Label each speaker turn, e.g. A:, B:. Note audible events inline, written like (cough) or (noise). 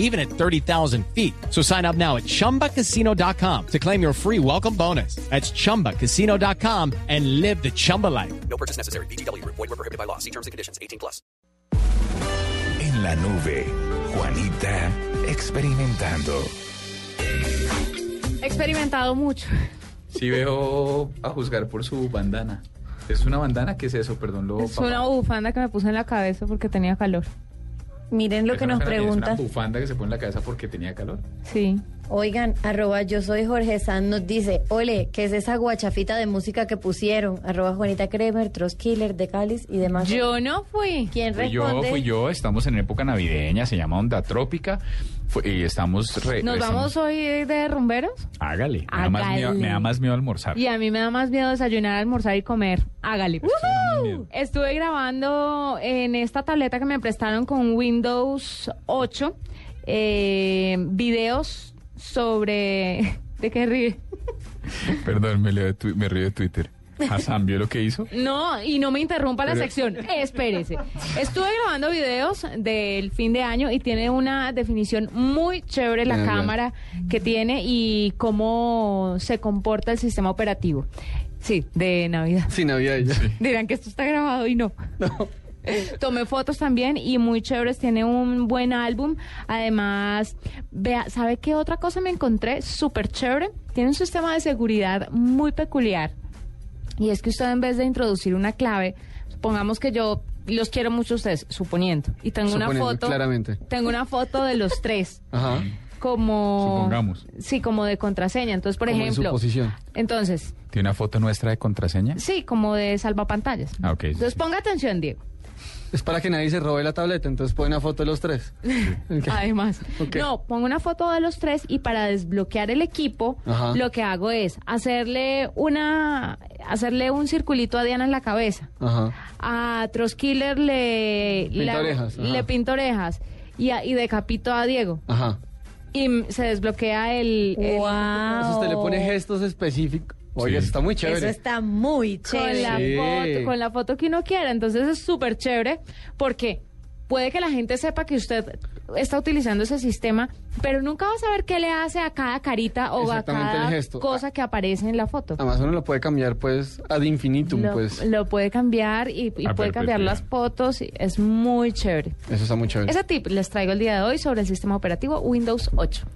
A: even at 30,000 feet. So sign up now at ChumbaCasino.com to claim your free welcome bonus. That's ChumbaCasino.com and live the Chumba life.
B: No purchase necessary. BGW. Void were prohibited by law. See terms and conditions. 18 plus.
C: En la nube, Juanita experimentando.
D: He experimentado mucho.
E: Sí veo a juzgar por su bandana. ¿Es una bandana? ¿Qué es eso? Perdón, lo
D: Es una bufanda que me puse en la cabeza porque tenía calor.
F: Miren lo que nos
E: pregunta.
F: preguntan.
E: Es una bufanda que se pone en la cabeza porque tenía calor.
D: Sí.
F: Oigan, arroba yo soy Jorge San nos dice, ole, ¿qué es esa guachafita de música que pusieron? Arroba Juanita Kremer, Troskiller, De Cáliz y demás.
D: Yo no fui.
F: ¿Quién
E: Fui
F: responde?
E: yo, fui yo. Estamos en época navideña, se llama Onda Trópica. Fue- y estamos... re-
D: Nos
E: estamos-
D: vamos hoy de rumberos
E: Hágale. Me da, más
D: Hágale.
E: miedo, me da más miedo almorzar.
D: y a mí me da más miedo desayunar, almorzar y comer. Hágale. pues. Estuve grabando en esta tableta que me prestaron con Windows 8 eh, videos sobre... (laughs) ¿De qué ríe?
E: Perdón, me, leo de tu- me río
D: (laughs)
E: de Twitter. Hassan vio lo que hizo.
D: No, y no me interrumpa la
E: Pero-
D: sección. Espérese. Estuve grabando videos del fin de año y tiene una definición muy chévere la
E: Ah, ya.
D: cámara que tiene y cómo se comporta el sistema operativo. Sí, de Navidad.
E: Sí, Navidad ya.
D: Dirán que esto está grabado y no. Tomé fotos también y muy chéveres, tiene un buen álbum. Además, vea, ¿sabe qué otra cosa me encontré súper chévere? Tiene un sistema de seguridad muy peculiar. Y es que usted en vez de introducir una clave, supongamos que yo los quiero mucho a ustedes, suponiendo, y tengo una
G: Suponiendo,
D: foto,
G: claramente.
D: tengo una foto de
G: (laughs)
D: los tres
G: Ajá.
D: como
E: Supongamos.
D: Sí, como de contraseña. Entonces, por
G: Como en
D: ejemplo,
G: suposición.
D: entonces,
E: ¿Tiene una foto nuestra de contraseña?
D: Sí, como de salvapantallas.
E: Ah, ok, sí,
D: Entonces
E: sí.
D: ponga atención, Diego.
G: Es para que nadie se robe la tableta, entonces pone una foto de los tres. Ok.
D: Además,
G: Ok.
D: no, pongo una foto de los tres y para desbloquear el equipo,
G: Ajá.
D: lo que hago es hacerle una hacerle un circulito a Diana en la cabeza.
G: Ajá.
D: A Troskiller le
G: Pinta
D: le-
G: orejas, ajá.
D: le pinto orejas y, a- y decapito a Diego
G: Ajá.
D: y m- se desbloquea el, el-
F: ¡Wow!
G: Entonces usted le pone gestos específicos. Oye,
E: Sí.
G: eso está muy
F: Eso
G: chévere.
F: está muy
D: con
F: chévere.
D: la,
G: Sí.
D: foto, con la foto que uno quiera. Entonces es súper chévere porque puede que la gente sepa que usted está utilizando ese sistema, pero nunca va a saber qué le hace a cada carita o a
G: Exactamente
D: cada
G: el gesto. Ah,
D: cosa que aparece en la foto.
G: Además uno lo puede cambiar pues ad infinitum,
D: Lo,
G: pues.
D: lo puede cambiar y, y
E: A
D: puede cambiar
E: perpetuidad.
D: las fotos. y Es muy chévere.
G: Eso está muy chévere.
D: Ese tip les traigo el día de hoy sobre el sistema operativo Windows 8.